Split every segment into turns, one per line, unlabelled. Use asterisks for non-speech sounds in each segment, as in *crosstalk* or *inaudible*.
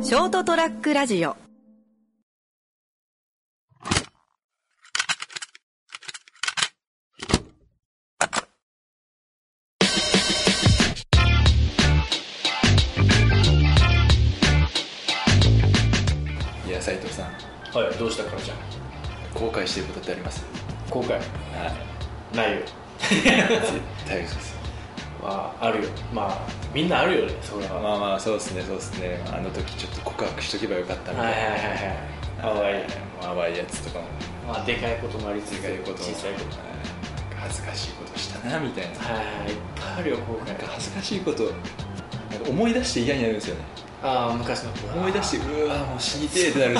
ショートトラックラジオ
いや斉藤さん
はい、どうしたからじゃん
後悔してることってあります
後悔
はい
ないよ
絶対嘘です
まああるよまあみんなあるよねそれは
まあまあそうですねそうですねあの時ちょっと告白しとけばよかったみ
はい
た
はい
い
はいはい淡い
な淡いやつとかも
まあでかいこともありつつ
でかいことも
小さいことも
はいなんか恥ずかしいことしたなみたいな
はいはいはいいっぱいあるよ後
なんか
悔
恥ずかしいことなんか思い出して嫌になるんですよね
ああ昔の
思い出してうわもう死にてえってなるん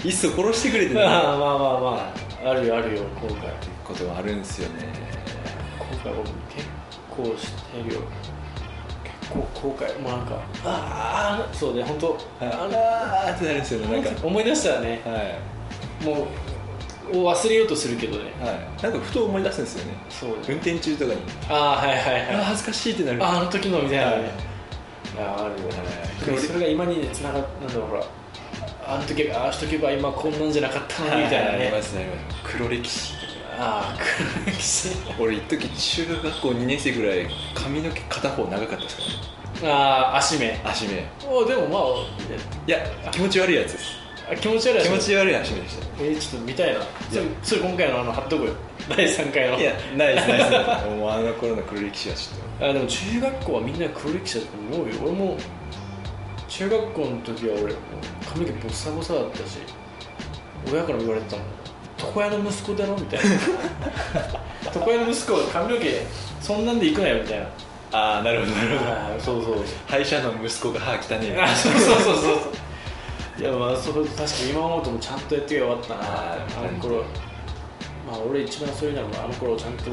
*laughs* ですよいっそ殺してくれって
あ
な
あ
る
*laughs* まあまあまああるよあるよ後悔
こともあるんですよね
後悔僕結構してるよ結構後悔もうなんかああそうね本当
はい
あ
あらーってなるんですよね
の
なんか
思い出したらね
はい
もう忘れようとするけどね
はいなんかふと思い出すんですよね
そうね
運転中とかに
ああはいは
あ
い
ー
はい
恥ずかしいってなる
ああの時のみたいなね、あああるよね
はい
でもそれが今にねつながなんだろうほらあの時ああしとけば今こんなんじゃなかったのにみたいな
ありま
ね
すねあります黒歴史
ああ黒歴史
俺一時中学校2年生ぐらい髪の毛片方長かったですからね
ああ足目
足目い
おでもまあ
や気持ち悪いやつです
あ気持ち悪い
気持
い
ち悪い足目でし
えー、ちょっと見たいなそれそれ今回のあの貼っとくよ第3回の
たいやないですないですもうあの頃の黒歴史はちょっと
あでも中学校はみんな黒歴史だと思うよ俺も中学校の時は俺もう髪の毛ボッサボサだったし親からも言われてたもん床屋の息子だろみたい *laughs* な床屋の息子は髪の毛そんなんで行くなよみたいな
ああなるほどなるほど
あーそうそう
歯医者の息子が歯汚ねえ
*laughs* あそうそうそうそういやまあそれ確かに今思うともちゃんとやってよかったな
あー
あの頃まあ俺一番そういうのはあの頃ちゃんと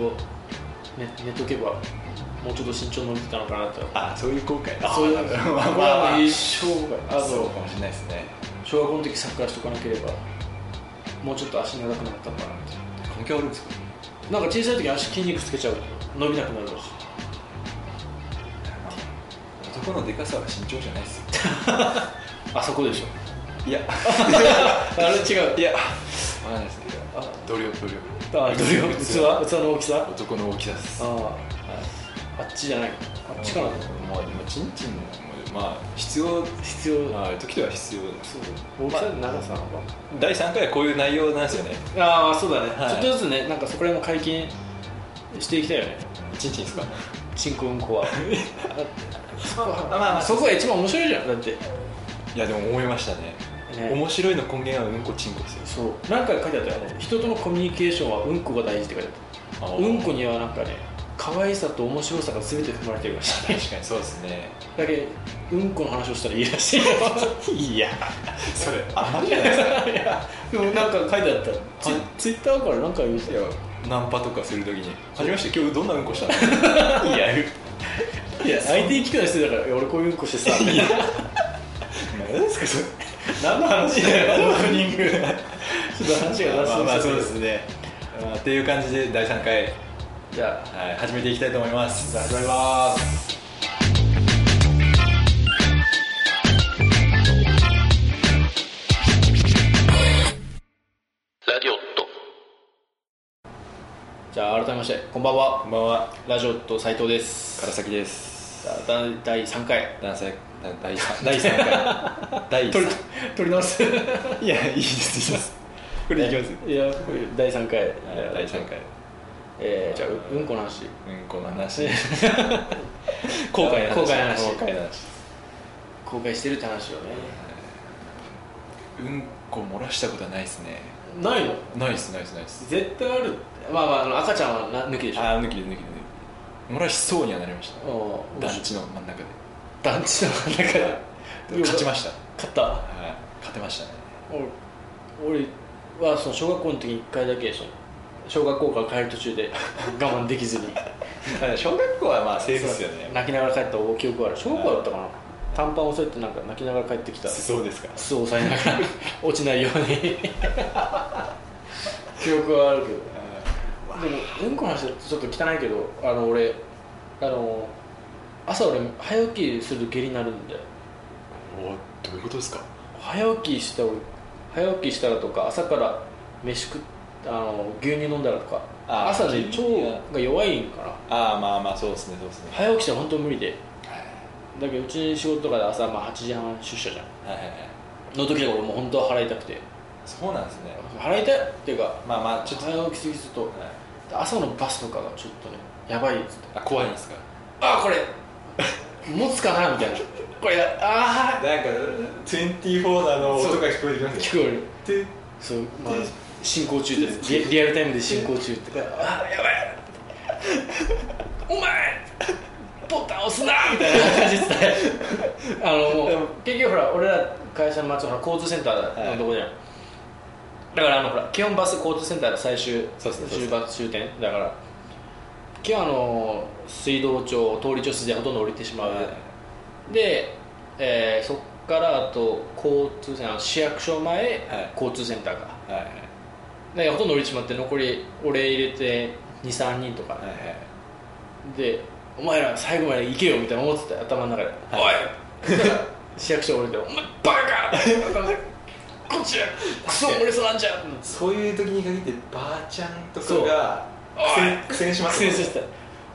寝寝とけばもうちょっと身長伸びてたのかなと
あそういう後悔あ
そういう
な
こ
る
れ
ほどまあまあ
は
ま
も
あ
う一生あ
そう
の
かもしれないですね
小学校の時サッカーしとかなければもうちょっと足長くなったのかなみたい
関係あるんですか
ななんか小さい時足筋肉つけちゃうと伸びなくなるらしい
男のでかさは身長じゃないですよ
あそこでしょ
いや
あれ違う
いやわかんないですけど
あ
努力努力
あどれよ器器の大きさ
男の大きさです
あああっちじゃないあっちかな
まあ、でもチンチンも、まあ、必要、
必要
まあ、時では必要です。
そう大きさ長さなのか
第3回はこういう内容なんですよね。
ああそうだね、
はい
ちょっとずつねなんかそこら辺も解禁していきたいよね
チンチンですか。
チンコうんこは
あまあまあ
そこが一番面白いじゃんだって
いや、でも思いましたね。
ね
面白いの根源はうんこチンコですよ。
そう何回か書いてあったよあの人とのコミュニケーションはうんこが大事って書いてあったうんこにはなんかね可愛さと面白さが全て含まれてるらしい
確かにそうですね。
だけどうんこの話をしたらいいらしいよ
*laughs* いや、それ、あまりじゃないですか。
いや *laughs* でもなんか書いてあったツ,、
はい
ツイッターから何か言う
い
て
や、ナンパとかするときに、はじめまして、今日どんなうんこしたのいや、
いや相手聞くない人だからいや俺こういううんこしてさ
いや、何ですか、それ。
何の話だ *laughs* よオープニングちょっと話が脱線し
まあ、
た
まあ、そうですね。まあっていう感じで、第3回、
じゃあ
はい、始めていきたいと思います。
じゃあ始まりますじゃあ改めましてこんばんは
こんばんは、
ラジオと斉藤です
唐崎です。
じゃあ第第3回
第三第三第三 *laughs* 回第
取
三
り取り直 *laughs* す
いやいいですいいですこれいきます
いやこれ第3回
はい第三回
えー、じゃあううんこの話
うんこの話 *laughs* 後悔の話
後悔の話
後悔の話
公開してるって話をね
うんこ漏らしたことはないですね
ないの
ないですないですないです
絶対あるまあまああの赤ちゃんはな抜きでしょ
あー抜きで抜きで抜きで漏らしそうにはなりました
おう
団地の真ん中で
団地の真ん中で
勝ちま
し
した
た勝った
はい勝てましたね
俺俺はその小学校の時に1回だけその小学校から帰る途
*laughs*
中で我慢できずに
小学校はまあセーフですよ
そう
ね
泣きながら帰った記憶がある小学校だったかな短パンをそうやってなんか泣きながら帰ってきた
そうですか
巣を押さえながら落ちないよ
*laughs*
うに記憶はあるけどでもうんこの話だとちょっと汚いけどあの俺あの朝俺早起きすると下痢になるんで
おどういうことですか
早起きした早起きしたらとか朝から飯食っあの牛乳飲んだらとか
あー
朝ね
牛
腸
乳
が弱いんかな
ああまあまあそうですねそうですね
早起きしたら本当無理で
は
だけどうち仕事とかで朝まあ8時半出社じゃん
いはいはいはい
の時とか俺もう本当は払いたくて
そうなんですね
払いたいっていうか
まあまあちょっと、
早起きすぎすると
はい
朝のバスとかがちょっとねやばいっつって
あ怖いんですか
あこれ持つかなみたいなこれああ
なんか24のあの
そう
音が聞こえてきますよ
聞こえる
て
そうまあ進行中ですリリアルタイムで進行中ってあやばいお前ボタン押すなみたいな感じであのも
でも
う結局ほら俺ら会社の町の交通センターのとこじゃん、だからあのほら基本バス交通センターの最終
そうですねそうです
終
ね
バス終点だから今日あの水道町通り調筋でほとんど降りてしまう、で、えーそっからあと交通センター市役所前、
はい
交通センターか
はいはい
でほとんど降りてしまって残り俺入れて23人とか、
はいはい
で「お前ら最後まで行けよ」みたいな思ってた頭の中で「
はい
おい! 」 *laughs* 市役所降りて「お前バカ!」こっちやクソ漏れそうなんじゃん」
そういう時に限ってばあちゃんとか
そう
が苦
おい
戦苦戦しま
苦
す
戦して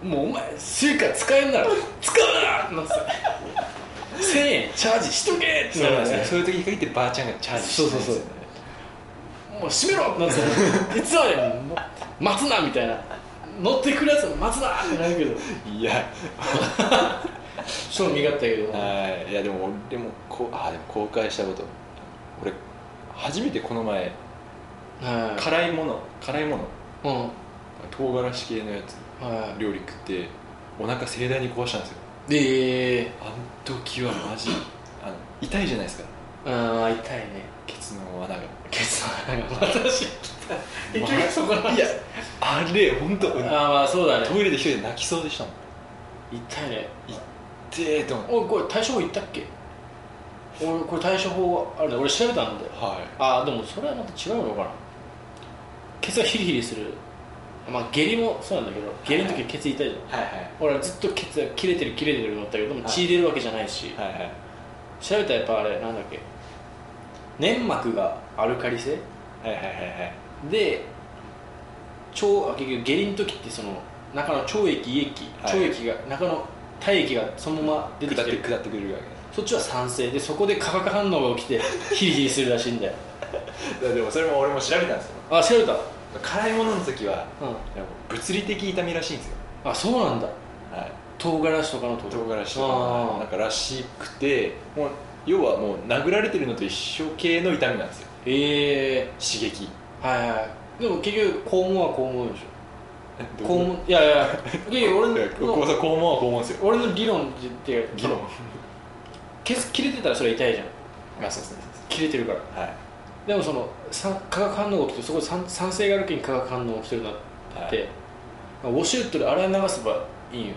たもうお前スイカ使えんなら使うな!」なんつって
*laughs*
「1000円チャージしとけ!」って
そう
なる
なん
ん
で
ですす
ね
ね
そういう時に限ってばあちゃんがチャージして
そうそうそうもう閉めろなんつっていつまでも待つなみたいな乗ってくるやつも待つなってなるけど
いや
超苦かったけど
はいいやでも俺もこうあでも後悔したこと俺初めてこの前
は
辛いもの辛いもの
いうん
唐辛子系のやつ
は
料理食ってお腹盛大に壊したんですよ
いで
あの時はマジあの痛いじゃないですか
ああ痛いね
ケツの穴が
ケツの穴が私痛い結局そこなん
いやあれ本当
あーまあそうだね
トイレで一人で泣きそうでしたもん
痛いね
でーと思って
おいこれ対処法言ったっけ俺これ対処法あるね俺調べたんだよ
はい
ああでもそれはまた違うのかなケツがヒリヒリするまあ下痢もそうなんだけど下痢の時はケツ痛いじゃん
はいはい
俺はずっとケツが切れてる切れてると思ったけどでも血入れるわけじゃないし、
はいはい
調べたらやっぱあれなんだっけ粘膜がアルカリ性
はいはいはいはい
で腸あ結局下痢の時ってその中の腸液胃液
はい
腸液が、中の体液がそのまま出てき
下ってて
る
下ってくるわ
そっちは酸性でそこで化学反応が起きて *laughs* ヒリヒリするらしいんだよ
けでもそれも俺も調べたんですよ
あ調べた
辛いものの時は
うん
いやもう物理的痛みらしいんですよ
あそうなんだ
はい
唐辛子とかの唐
唐辛子と
あ
か
ー
なんからしくてもう要はもう殴られてるのと一緒系の痛みなんですよ
ええ
刺激
はいはいでも結局肛門は肛門でしょ肛門いやいやいやいや俺
いや
の
こうさ肛門は肛門ですよ
俺の理論っていうか
議論
ケツ切れてたらそれ痛いじゃん
まあそうですねそうですね
切れてるから
はい
でもその酸化学反応が起きてそこで酸酸性があるけに化学反応が起きてるなって、
はい
まあウォシュレットで洗い流せばいいんよ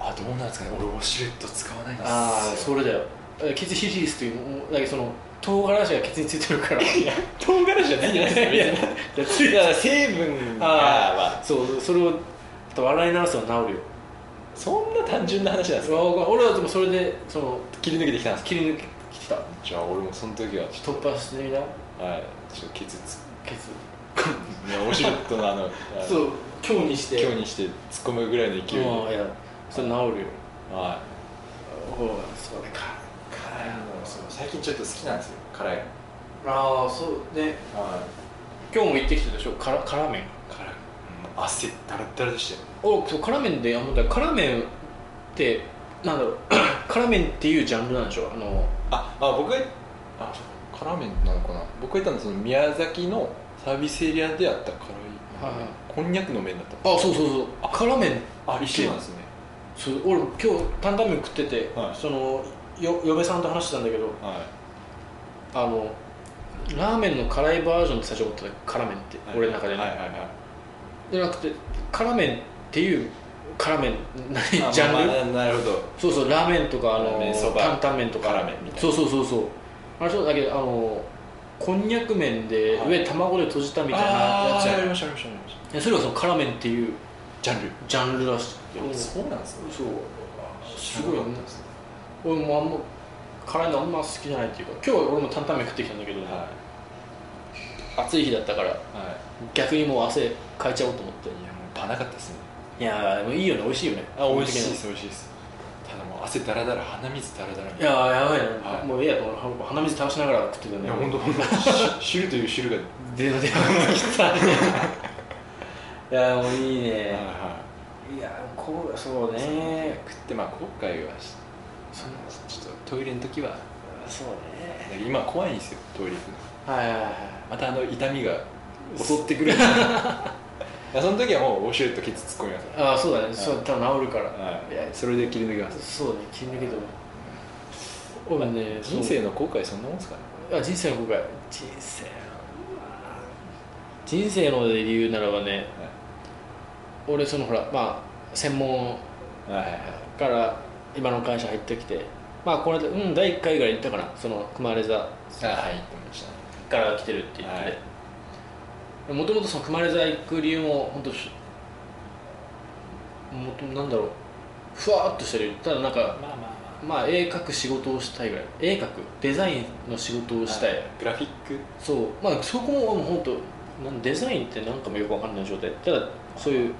あどうなんですかね俺ウォシュレット使わないんですよ
ああそれだよだからケツヒリヒリスというもうだけどその唐辛子がケツについてるから *laughs* いや
唐辛子じゃないんじゃ *laughs* ない
いや
ですか別にいや成分がま
あ
あ
あそうそれをあと洗い流せば治るよ
そんな単純な話なんですか
わわ俺はでもそれでその
切り抜けてきたんですか
切り抜けきた
じゃあ俺もその時はちょっ
突破してみな
とはいちょっとケツつ
ケツ
いやウォシュレットのあのあの
そう今日にして
今日にして突っ込むぐらいの勢いで
うんいやそれ治るよ
は
ほらそれか
い辛いのそう最近ちょっと好きなんですよ辛いの
ああそうね
は
今日も行ってきたでしょ辛辛麺
い辛いうん汗だらだらでしたよ
おそう辛麺で思ったら辛麺ってなんだろう *clears throat* 辛麺っていうジャンルなんでしょあの
ああ僕があ辛麺なのかな僕が行ったのはその宮崎のサービスエリアであった辛い、
はいはい
こんにゃくの麺だった
あそうそうそう辛麺
あ一緒なんですね
そう俺今日担々麺食ってて、
はい
そのよ嫁さんと話してたんだけど
は
あのラーメンの辛いバージョンって最初思ってた辛麺って、
い
俺の中でね、
はいはいはい
じゃなくて辛麺っていう辛麺何
あ
*laughs* ジャンル、
まあまあなるほど
そうそうラーメンとかあ
ラ
の
ーメンそば
担々麺とか
辛麺みたいな
そうそうそうそうあれそうだけどあのこんにゃく麺で、
はい
上卵で閉じたみたいなやつ
あー
や
ましたありましたありまし
でそれがその辛麺っていう
たジャンル
ジャンルらしい
そうなんですね
そう
あ
すごいよ
知らな
ね
かったですね
俺もあんま辛いのあんま好きじゃないっていうか今日は俺も担々麺食ってきたんだけど、
は
暑い日だったから
いはい
逆にもう汗かいちゃおうと思って
いやもうバナかったですね
いやーでもいいよね美味しいよね
あ美味しい
この
で
時
す美味しいですただもう汗だらだら鼻水だらだら
のいやーやばいね、
はい
もういいやと思う鼻水垂らしながら食ってたね
いや本当本 *laughs* 当汁という汁が
出た出た来
*laughs*
たねいやーもういいね
はい
やーこうそうね
食ってまあ後悔はし
そ
ちょっとトイレの時は
そうね
今怖いんですよトイレ行くの
はいはいは
またあの痛みが襲ってくるいやその時はもうウォシュレットケツ突っ込みます
い *laughs* ああそうだねそう多分治るから
はい
いや
それで切り抜けます
そうね切り抜けても俺ねそう
人生の後悔そんなもんですかね
あ人生の後悔人生の人生の理由ならばね俺そのほらまあ専門
はいはい
から今の会社入ってきてまあこれでうん第1回ぐらい行ったかなその熊レザ
はいはいってまし
から来てるって言っててもともとその熊レザ行く理由も本当しもっとなんだろうふわっとしてるただなん
た
か
まあまあま
まあ絵描く仕事をしたいぐらい絵描くデザインの仕事をしたい、
グラフィック
そうまあそこももう本当なんデザインってなんかもよくわかんない状態ただそういう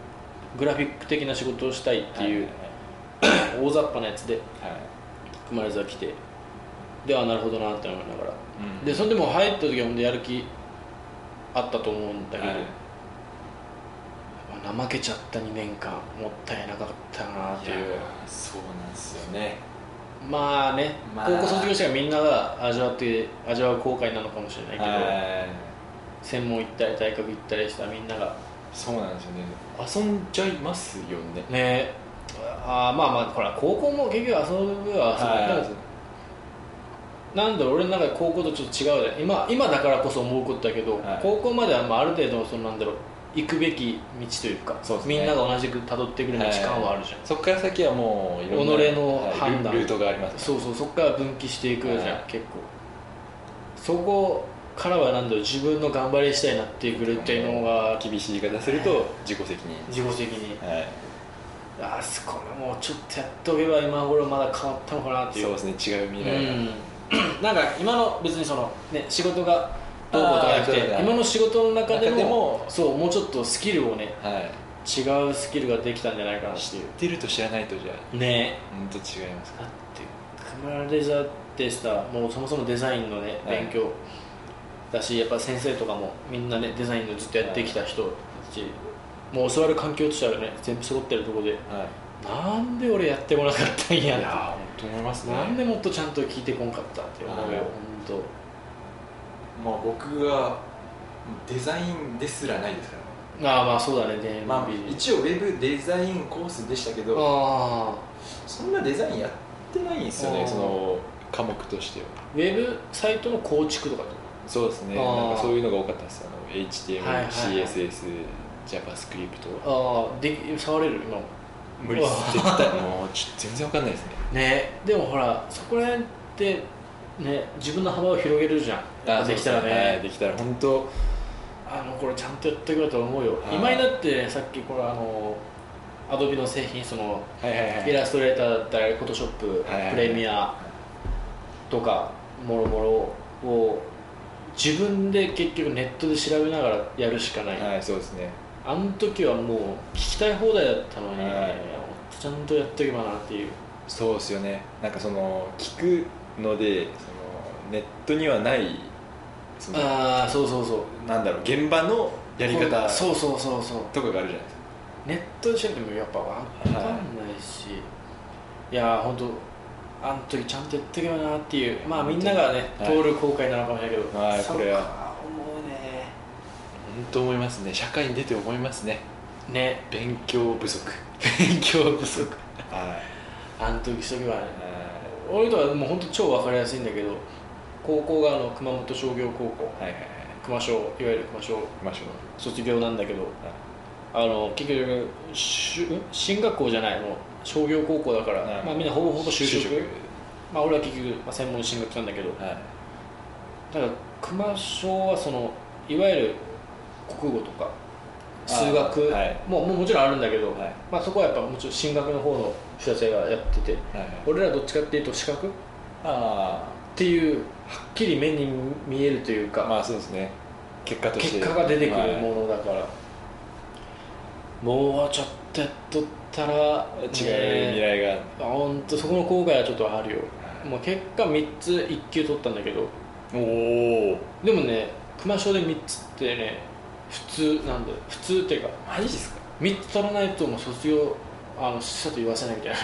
グラフィック的な仕事をしたいっていう大雑把なやつで
はいはいはい
生まれ座来てであなるほどなって思いながら
うん
でそれでもう入った時はほんでやる気あったと思うんだけど、
はい
まあ怠けちゃった2年間もったいなかったなって
い
いう
やそうなんですよね
まあね、
まあ
高校卒業してからみんなが味わって味わう後悔なのかもしれないけど、
はい
専門行ったり大学行ったりしたみんなが
そうなんですよね遊んじゃいますよね
ねあーまあまあほら高校も結局遊ぶは遊ぶ、
はい
なんかなんだろう俺の中で高校とちょっと違うね今今だからこそ思うことだけど、
はい
高校まではまあある程度そのなんだろう行くべき道というか
そうですね
みんなが同じく辿ってくる道感はあるじゃん、
そこから先はもういろんな
己の判断
はいルルートがあります
そうそうそこから分岐していくじゃん、
はい
結構そこからはなんだろう自分の頑張りしたいなってくるっていうのが
厳しい言い方すると自己責任
自己責任
はい
ああそこれもうちょっとやっとけば今頃まだ変わったのかなっていう
そうですね違う未来が、
うん、なんか今の別にその、ね、仕事がどうこうとかなく
あーそう
て
だね
今の仕事の中で
中
も
でも
そうもうちょっとスキルをね
はい
違うスキルができたんじゃないかなって
知
い
ってると知らないとじゃ
うね
あ本当違います
だってクマレザーってさもうそもそもデザインのね
はい
勉強だし、やっぱ先生とかもみんなねデザインのずっとやってきた人だし、もう教わる環境としてはね全部揃ってるところで
はい
なんで俺やってこなかったんや
い
な
や本当思いますね
なんでもっとちゃんと聞いてこんかったって思うよ
はい
本当。
まあ僕がデザインですらないですからね、
ああまあそうだねね
まあ
ビビ
一応ウェブデザインコースでしたけど
ああ
そんなデザインやってないんですよ
あー
ねその科目としては
ウェブサイトの構築とかってこ
そうですね
あー
なんかそういうのが多かったですあの HTML、
はいはいはい
CSS JavaScript
とああでき触れる今も
無理っす絶対もうちょっと全然わかんないですね
ねでもほらそこら辺ってね自分の幅を広げるじゃん *laughs* やっぱできたら
はい
ね
できたら本当
あのこれちゃんとやってくれと思うよ
はい
今になってねさっきこれあのアドビの製品その
はいはいはい
イラストレーターだったりフォトショップ
はいはいはい
プレミアとかもろもろを自分で結局ネットで調べながらやるしかない
はいそうですね
あの時はもう聞きたい放題だったのに、
はい
いやちゃんとやっとけばなっていう
そうですよねなんかその聞くのでそのネットにはないその
ああそうそうそう
なんだろう現場のやり方とかがあるじ
そうそうそうそう
ゃないです
ネットで調べてもやっぱわかんないし、い、やーほんとあの時ちゃんとやっとけばなっていうまあみんながね、
はい
通る後悔なのかもしれないけど、
かはい
そ
こ
う
れ
か
は
思うね
本当思いますね社会に出て思いますね
ね
勉強不足
勉強不足
はい
あの時しとけばね俺とはもうほんと超わかりやすいんだけど高校があの熊本商業高校
はいはいはい
熊商いわゆる熊商
行きましょう
卒業なんだけどあの結局しゅん進学校じゃないもう商業高校だから、
はい
まあ、みんなほぼほぼ就職まあ、俺は結局、まあ、専門に進学したんだけど
はい
だから熊商はそのいわゆる国語とか数学も,、
はい
もうもちろんあるんだけど、
はい
まあ、そこはやっぱもちろん進学の方の人たちがやってて
はいはい
俺らどっちかっていうと資格
あ
ていうはっきり目に見えるという
あ
か、
まあそうですね結果として
結果が出てくる
はい
ものだから、もうちょっとやっとったら
違う未
ね
来が、
あ本当そこの後悔はちょっとあるよ、まあ、結果3つ1級取ったんだけど
おお
でもね熊賞で3つってね普通なんだよ普通っていうか
マジですか
3つ取らないともう卒業あのしたと言わせないみた
*laughs*
いな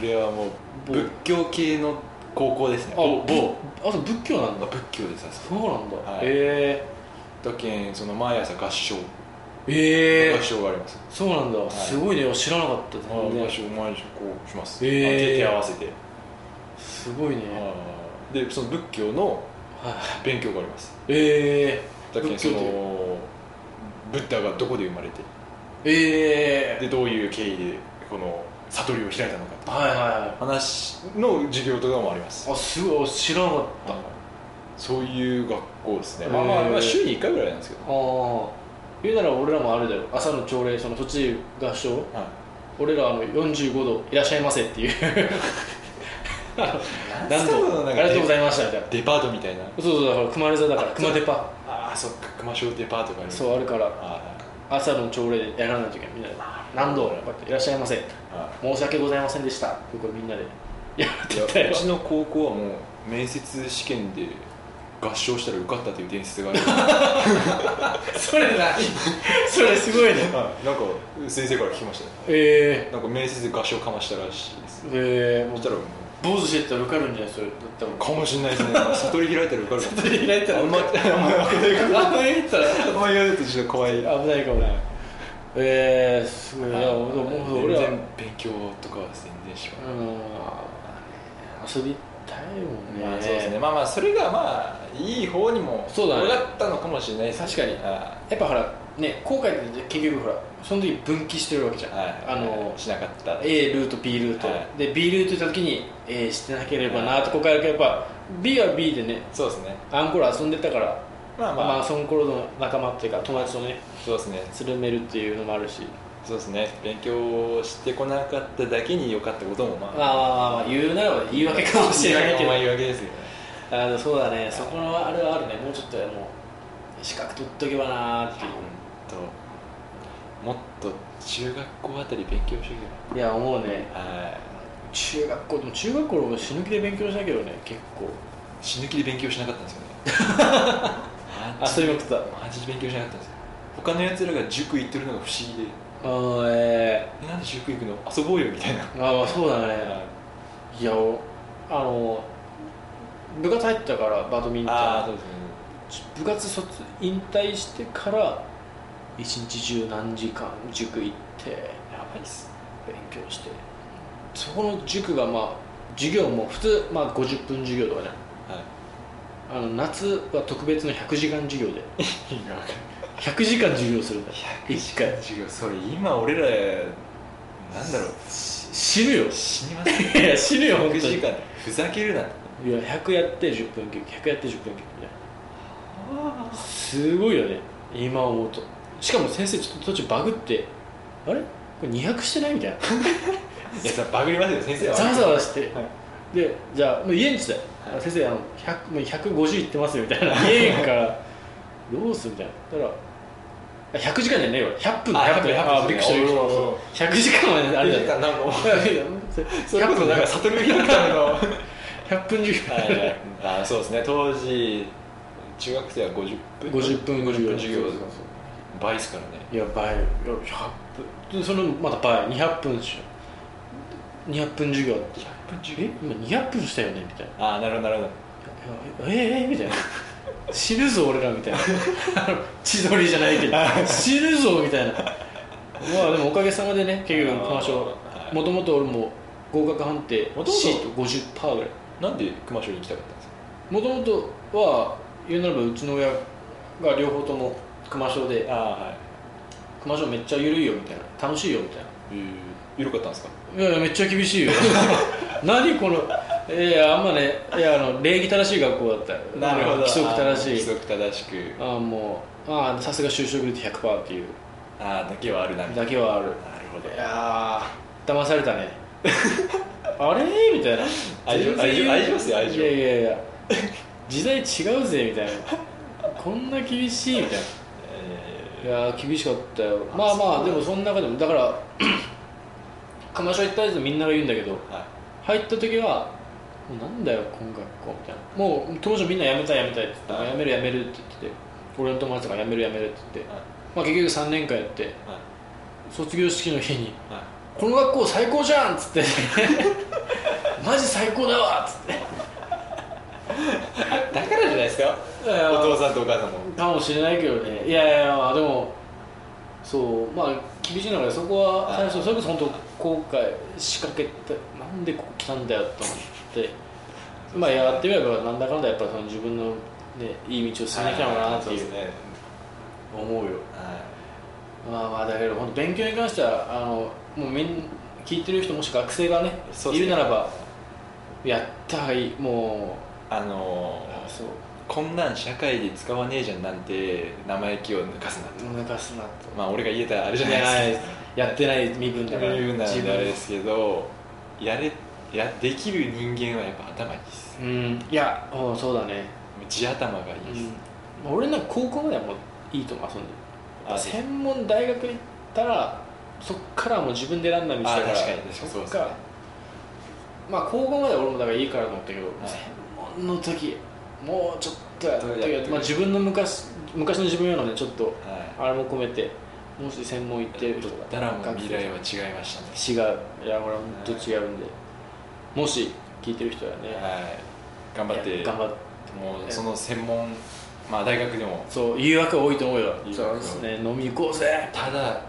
俺はもう仏教系の高校ですね
あ
某某
あと仏教なんだ
あ仏教でさす
そうなんだ、
はい
え
だけんその毎朝合唱、
ー、え
合
ー、
唱があります
そうなんだ、
い
すごいね知らなかった
あ合
全然
唱毎日こうします、
えー
あ手手合わせて、
すごいね
あーでその仏教の
はい
勉強があります
え
だけんそ
仏教って
のブッダがどこで生まれて
ー、え
でどういう経緯でこの悟りを開いたのか
ー、はいはいはい
話の授業とかもあります
あすごいあ知らなかっ
あのそういう学校ですね、まあ
へ
まあ
ー
まあ週に1回ぐらいなんですけど、
たああ言うなら俺らもあれだよ朝の朝礼その卒業合唱俺らあの45度いらっしゃいませっていう *laughs*
なん
何
すかこ
度
の
あ
なんか
りがとうございましたみたいな
デパートみたいな
そうそうだから熊レザだから熊デパ
ああそっか熊小デパートがある
そうあるから
あ
朝の朝礼でやらないといけないみんなで何度こうやっていらっしゃいませ
ーあ
申し訳ございませんでしたってこうみんなでやって
ー
た
いや
よ
うちの高校はもう面接試験で合唱したら受かったという伝説
*laughs*
がある
それ何 *laughs* それすごいね
はいなんか先生から聞きましたね
*laughs* え
なんか面接で合唱かましたらしいです
ー、え
そ
ー、もう
したら
坊主してったら受かるんじゃないそれだったら
かもしれないですね悟り開いたら受かる
*laughs*
かも
手に入れたら
あんま
あんまり言ったら
*laughs* あんま言われるとちょっと怖い
危ないかもねえー、すごいいやでももう俺
全
は
然勉強とかは全然しない、
うん遊びたいもんね,、
まあそうですねまあまあそれがまあいい方にも
そうだね
転がったのかもしれないです、ね、
確かに
あ
やっぱほらね後悔って結局ほらその時分岐してるわけじゃん、
あはい
あの
しなかった
A ルート B ルート、
は
で B ルート行った時に A してなければなと後悔あるけどやっぱ B は B でね
そうですね
あの頃遊んでたから、
まあま
ま
あ、
あその頃の仲間っていうか友達とね
そうですね
つるめるっていうのもあるし
そうですね勉強してこなかっただけに良かったこともま
まあ
あ
まあまあまあ言うならば言い訳かもしれないけど
まあ言い訳ですよね
あのそうだねそこのあれはあるねもうちょっともう資格取っとけばなーってい
ともっと中学校あたり勉強しと
ういや思うね
けばはい
中学校でも中学校俺死ぬ気で勉強したけどね結構
死ぬ気で勉強しなかったんですよね
*laughs*
マジ
遊びまくった
マジで勉強しなかったんですよ他のやつらが塾行ってるのが不思議で
ああえ
えなんで塾行くの遊ぼうよみたいな
ー、まあまあそうだねいやおあの部活入ったからバドミン
ああそ
ト
うですね
ン部活卒引退してから一日中何時間塾行って
やばいっす
勉強してそこの塾がまあ授業も普通、まあ、50分授業とかじゃん
は
あの夏は特別の100時間授業で
い意味が分かんない
100時間授業するんだよ一回
授業それ今俺らなんだろう
死ぬよ
死にますね
いや死ぬよ本
6
当に
時間ふざけるなって
いや100やって10分休憩100やって10分休憩みたいなすごいよね今思うとしかも先生ちょっと途中バグってあれこれ200してないみたい
いやさバグりますよ先生
な
は
ざわざわして、
は
でじゃあもう家に来たよ、
はい
先生あの100もう150いってますよみたいな家
*laughs*
からどうするみたいなだから100時間じゃねえよ100分だ
あ100分
あびっくりしたびっくり
おうおうおう
した100時間はねあれだよ
なんかもう
そ
*laughs* それこそなんか悟りを開くためのは
100分授業
いはいあそうですね当時中学生は50分
50分
50分
授
授
業
業倍ですからね
いや倍いや100分でそのまた倍200分でしょ200分授業あって
100分授
え今200分したよねみたいな
ああなるほどなるほど
いやえええみたいな死ぬぞ俺らみたいなあの千鳥じゃないけど死ぬぞみたいなまあでもおかげさまでね結局熊賞
はい
もともと俺も合格判定
元々
C と50%ぐらい
なんで熊賞に行きたかったんですか
もともとは言うならばうちの親が両方とも熊賞で
ああはい
「熊賞めっちゃ緩いよ」みたいな「楽しいよ」みたいな
えー緩かったんですか
「いやいやめっちゃ厳しいよ」 *laughs* 何このいやあんまねいやあの礼儀正しい学校だったよ規則正し
あー
い
規則正しく
ああもうああさすが就職率100%っていう
ああだけはあるなみたい
だけはある
ななるほど
いやー騙されたね *laughs* あれみたいな
愛情
全然言う
愛情愛情っすよ愛情
いやいやいや時代違うぜみたいなこんな厳しいみたいないやー厳しかったよまあまあでもその中でもだから *clears throat* 釜所行ったやつみんなが言うんだけど
は
入った時は「もうなんだよこの学校」みたいなもう当初みんな辞めたい辞めたいって言って
はい
「辞める辞める」って言ってて俺の友達が辞める辞めるって言って、
はい
まあ、結局3年間やって
いはい
卒業式の日に
はい
「この学校最高じゃん!」っつって *laughs* 「マジ最高だわ!」っつって
だからじゃないですか
いや
お父さんとお母さんも
かもしれないけどねいやいやいやまあでもそうまあ厳しい中でそこは最初それこそ本当後悔仕掛けてなんでここ来たんだよと思ってまあやってみればなんだかんだやっぱりその自分の、ね、いい道を進んできたのかなって
そう
い
で
う
すね
思うよ
は
まあまあだけど本当勉強に関してはあのもうみん聞いてる人もし学生がね
そうで
い
すね
るならばやった方がいいも
いあの
うそう
ーこんなん社会で使わねえじゃんなんて生意気を抜かすなと
抜かすなと
まあ俺が言えたらあれじゃ
い
ないです
ややってない身分
か
だから
言うなら
自分
あ
の
れですけどやれやできる人間はやっぱ頭いいです
うんいやうんそうだね、
地頭がいいです、
うん、俺なんか高校まではもういいと思う遊んでる
あ
専門大学行ったらそっからはもう自分で選んだ道だから
あ確かに確かに
そ
そう
っ
です
か
ね
まあ高校までは俺もだからいいからと思ったけど、
い
専門の時もうちょっとやっとけ
や
よ
っとけよ
まあ、自分の昔昔の自分よりもねちょっと
は
あれも込めてもし専門行ってる
い
人が
だからもう未来は違いましたね
違ういや俺は本当違うんで、もし聞いてる人はね、
はい頑張って
頑張って
もうその専門まあ大学でも
そう誘惑多いと思うよ
誘惑
そうですね飲み行こうぜ
ただ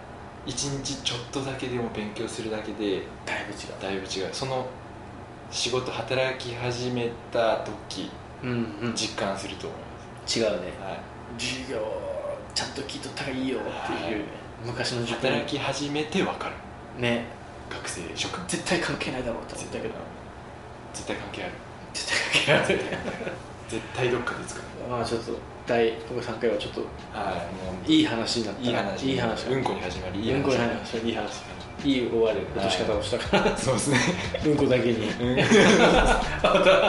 一日ちょっとだけでも勉強するだけで
だいぶ違
だいぶ違うその仕事働き始めた時
ううんうん
実感すると思いま
違うね
す、はい、
授業ちゃんと聞いとったらいいよっていう、
は
昔の自分
働き始めて分かる
ね
学生諸君
絶対関係ないだろうと思ったけど
絶対関係ある
絶対関係ない *laughs*
絶対どっかで使う
まあちょっと第3回はちょっと
はいもうい
いい話になった
いい話
いい話
うんこに始まり
うんこに始まりいい話いい終わり落とし方をしたか
*laughs*
ら、
そうですね
うんこだけに
うん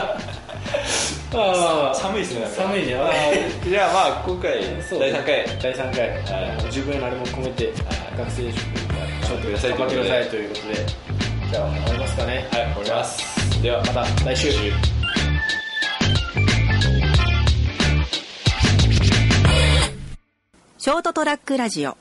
ああまあまあ
寒いですね *laughs*
寒いねあ
はいじゃあまあ今回
そう
第3回
第3回、
はい
自分へのあれも込めて、学生でしょ
ちょっとください
頑張ってくださいということでじゃあ終わりますかね
はい終わりますでは
また来週
ショートトラックラジオ